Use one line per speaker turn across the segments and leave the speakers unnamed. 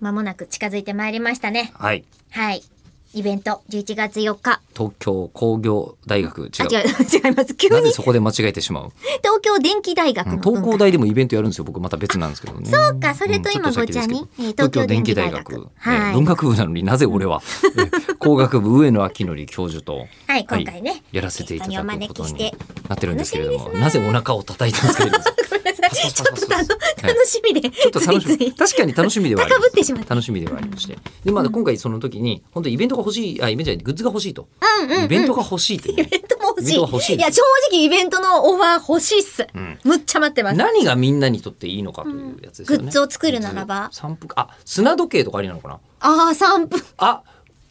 間もなく近づいてまいりましたね。
はい。
はい。イベント、11月4日。
東京工業大学違う。
あ、違う、 違います。急
なぜ
に
そこで間違えてしまう。
東京電機大学の文化
東工大でもイベントやるんですよ。僕また別なんですけどね。そう
かそれと今ごちゃにえー
東京電機大
東京電
学
機。大学
えー文学部なのになぜ 俺はえー工学部上野明則教授と。
はい、今回ね。
やらせていただくことになってるんですけれど
お
も、
招きして
なぜお腹を叩いたんですか
ごめんなさい。ちょっと楽 楽しみで、
ちょっと楽しみ
ついつい
確かに楽しみではあり
高
ま
ぶっ
す
てしまった。
楽しみではありましてでまだ今回その時に本当イベントが欲しいあイベントじゃないグッズが欲しいと、
うんうんうん。
イベントが欲しいって、
イベントも欲し
イベントが欲し
い。
い
いや、正直イベントのオファー欲しいっす。
うん
むっちゃ待ってます。
何がみんなにとっていいのかというやつですよ
う
ね、
んグッズを作るならば
グッズ散布あ砂時計とかありなのかな
ああ、3分。
あ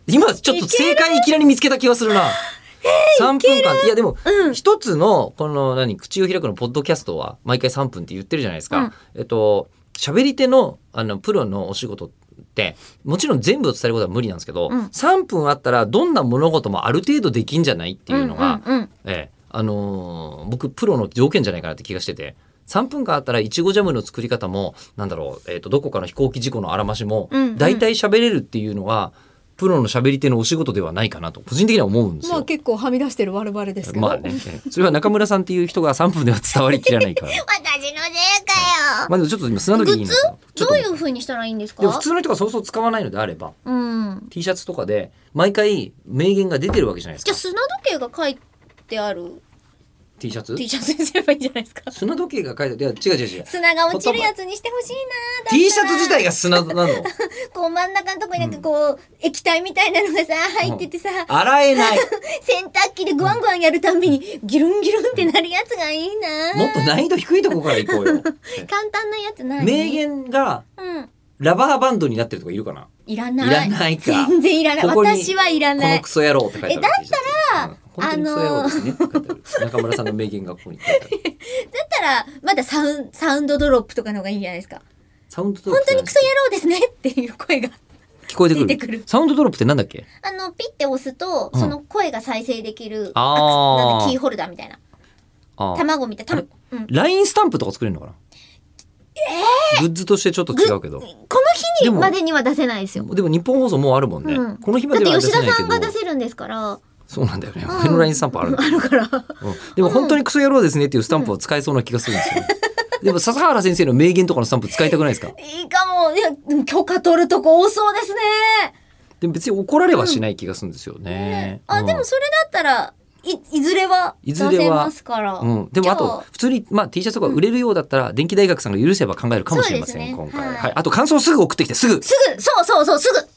今ちょっと正解いきなり見つけた気がす るな3分間いやでも
うん
一つのこの何口を開くのポッドキャストは毎回3分って言ってるじゃないですか、
うん
えっと喋り手のあのプロのお仕事ってもちろん全部を伝えることは無理なんですけど、
うん
3分あったらどんな物事もある程度できんじゃないっていうのが、
うんうんうん
ええあのー僕プロの条件じゃないかなって気がしてて3分間あったらいちごジャムの作り方もなんだろう、えー、とどこかの飛行機事故のあらましも
うんうん
大体喋れるっていうのはプロの喋り手のお仕事ではないかなと個人的には思うんですよ。
結構はみ出してる我々です
まあね、ええそれは中村さんっていう人が3分では伝わりきらな いから。
私のせいかよ。
まあでもちょっと今砂時計いいなちょっ
ど
と
ういう風にしたらいいんです
でも普
か
通の人がそうそう使わないのであれば
うん。
T シャツとかで毎回名言が出てるわけじゃないです
じゃあ
か。
砂時計が書いてある
T シャツ
T シャツにすればいいんじゃない ですか
砂時計が書いてあるいや違う違う違う。
砂が落ちるやつにしてほしいな
T シャツ自体
が
が砂なの。
こう真ん中のとこになんかこう、液体みたいなのがさ入っててさ、
洗 えない。
洗濯機でグワングワンやるたんびにギュルンギュルンってなるやつがいいな
もっと難易度低いとこから行こうよ。
簡単なやつない
名言が
うん
ラバーバンドになってるとかいるかな。
いらない
いらないか
全然いらない
ここに
私はいら
こ
な
の
い
クソ野郎って書いて
え
ある。
だ
った
ら
本当にクソ野郎ですねって書いてある。中村さんの名言がここに書いて ある。
だったらまだサウンサウンドドロップとかの方がいいんじゃないですか
サウンドドロ
本
ップ
当にクソ野郎ですねっていう声が
聞こえてく
出
る
てくる
サウンドドロップってなんだっけ？
あのピッて押すと、
うん
その声が再生できる
あ
ア
ー
クセなんだキーホルダーみたいな
ああ。
卵みたいな、たうん、
ラインスタンプとか作れるのかな？グッズとしてちょっと違うけど
こ。の日にまでには出せないですよ
でも日本放送もうあるもんね。
うん
この日
だ
ま
っ
で
て
は出
吉
せ
田
ない
さ
け
んが
ど。
出せるんですから
そうなんだよね。
うん
俺のラインスタンプあるんだよ。
から
うんでも本当にクソ野郎ですねっていうスタンプを使えそうな気がするんですよ。でも笹原先生の名言とかのスタンプ使いたくないですか
いいかもいやでも許可取るとこ多そうですね
でも別に怒られはしない気がするんですよね。
あ、
うん
でもそれだったらいいずれは出
いずれ
せ
は
ますから
うん、でもあと普通に、まあ、T シャツとか売れるようだったら電気大学さんが許せば考えるかもしれません、
そうですね
今回は、
はい
はいあと感想すぐ送ってきてすぐ
すぐそうそうそうす